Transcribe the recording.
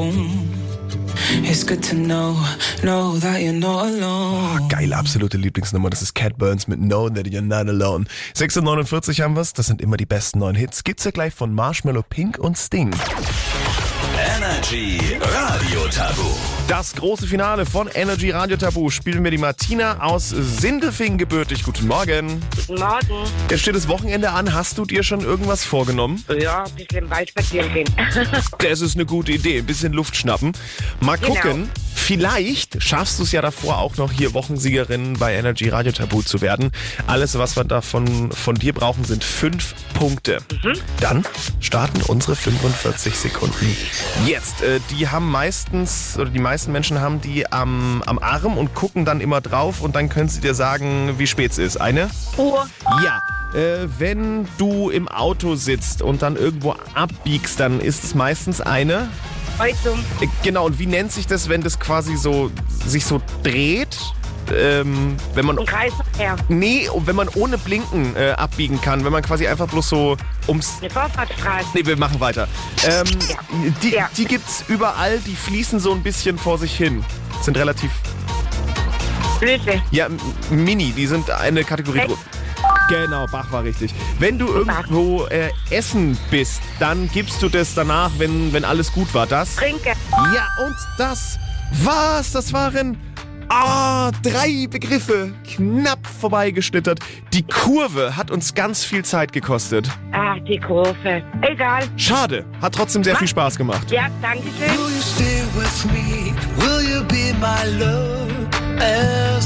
home. It's good to know, know that you're not alone. Geile, absolute Lieblingsnummer. Das ist Cat Burns mit Know That You're Not Alone. 6.49 haben wir's. Das sind immer die besten neuen Hits. Gibt's ja gleich von Marshmallow Pink und Sting. Energy Radio Tabu. Das große Finale von Energy Radio Tabu spielen wir die Martina aus Sindelfingen gebürtig. Guten Morgen. Guten Morgen. Jetzt steht das Wochenende an. Hast du dir schon irgendwas vorgenommen? Ja, ein bisschen im Wald spazieren gehen. Das ist eine gute Idee. Ein bisschen Luft schnappen. Mal Genau. gucken. Vielleicht schaffst du es ja davor auch noch hier Wochensiegerin bei Energy Radio Tabu zu werden. Alles, was wir davon von dir brauchen, sind fünf Punkte. Dann starten unsere 45 Sekunden. Jetzt, äh, die haben meistens, oder die meisten Menschen haben die am, am Arm und gucken dann immer drauf und dann können sie dir sagen, wie spät es ist. Eine? Uhr. Ja, äh, wenn du im Auto sitzt und dann irgendwo abbiegst, dann ist es meistens eine. Kreuzung. Äh, Genau, und wie nennt sich das, wenn das quasi so sich so dreht? Ähm, wenn man. Ein Kreis nachher. Nee, und wenn man ohne Blinken äh, abbiegen kann, wenn man quasi einfach bloß so ums. Eine Vorfahrtsstraße. Nee, wir machen weiter. Ähm, die, Ja. die gibt's überall, die fließen so ein bisschen vor sich hin. Sind relativ. Blöde. Ja, m- mini, die sind eine Kategorie. Bach. gro- Genau, Bach war richtig. Wenn du irgendwo äh, essen bist, dann gibst du das danach, wenn, wenn alles gut war. Das. Trinke. Ja, und das war's. Das waren ah, drei Begriffe knapp vorbeigeschlittert. Die Kurve hat uns ganz viel Zeit gekostet. Ah, die Kurve. Egal. Schade, hat trotzdem sehr viel Spaß gemacht. Ja, danke schön. Will you stay with me? Will you be my love? As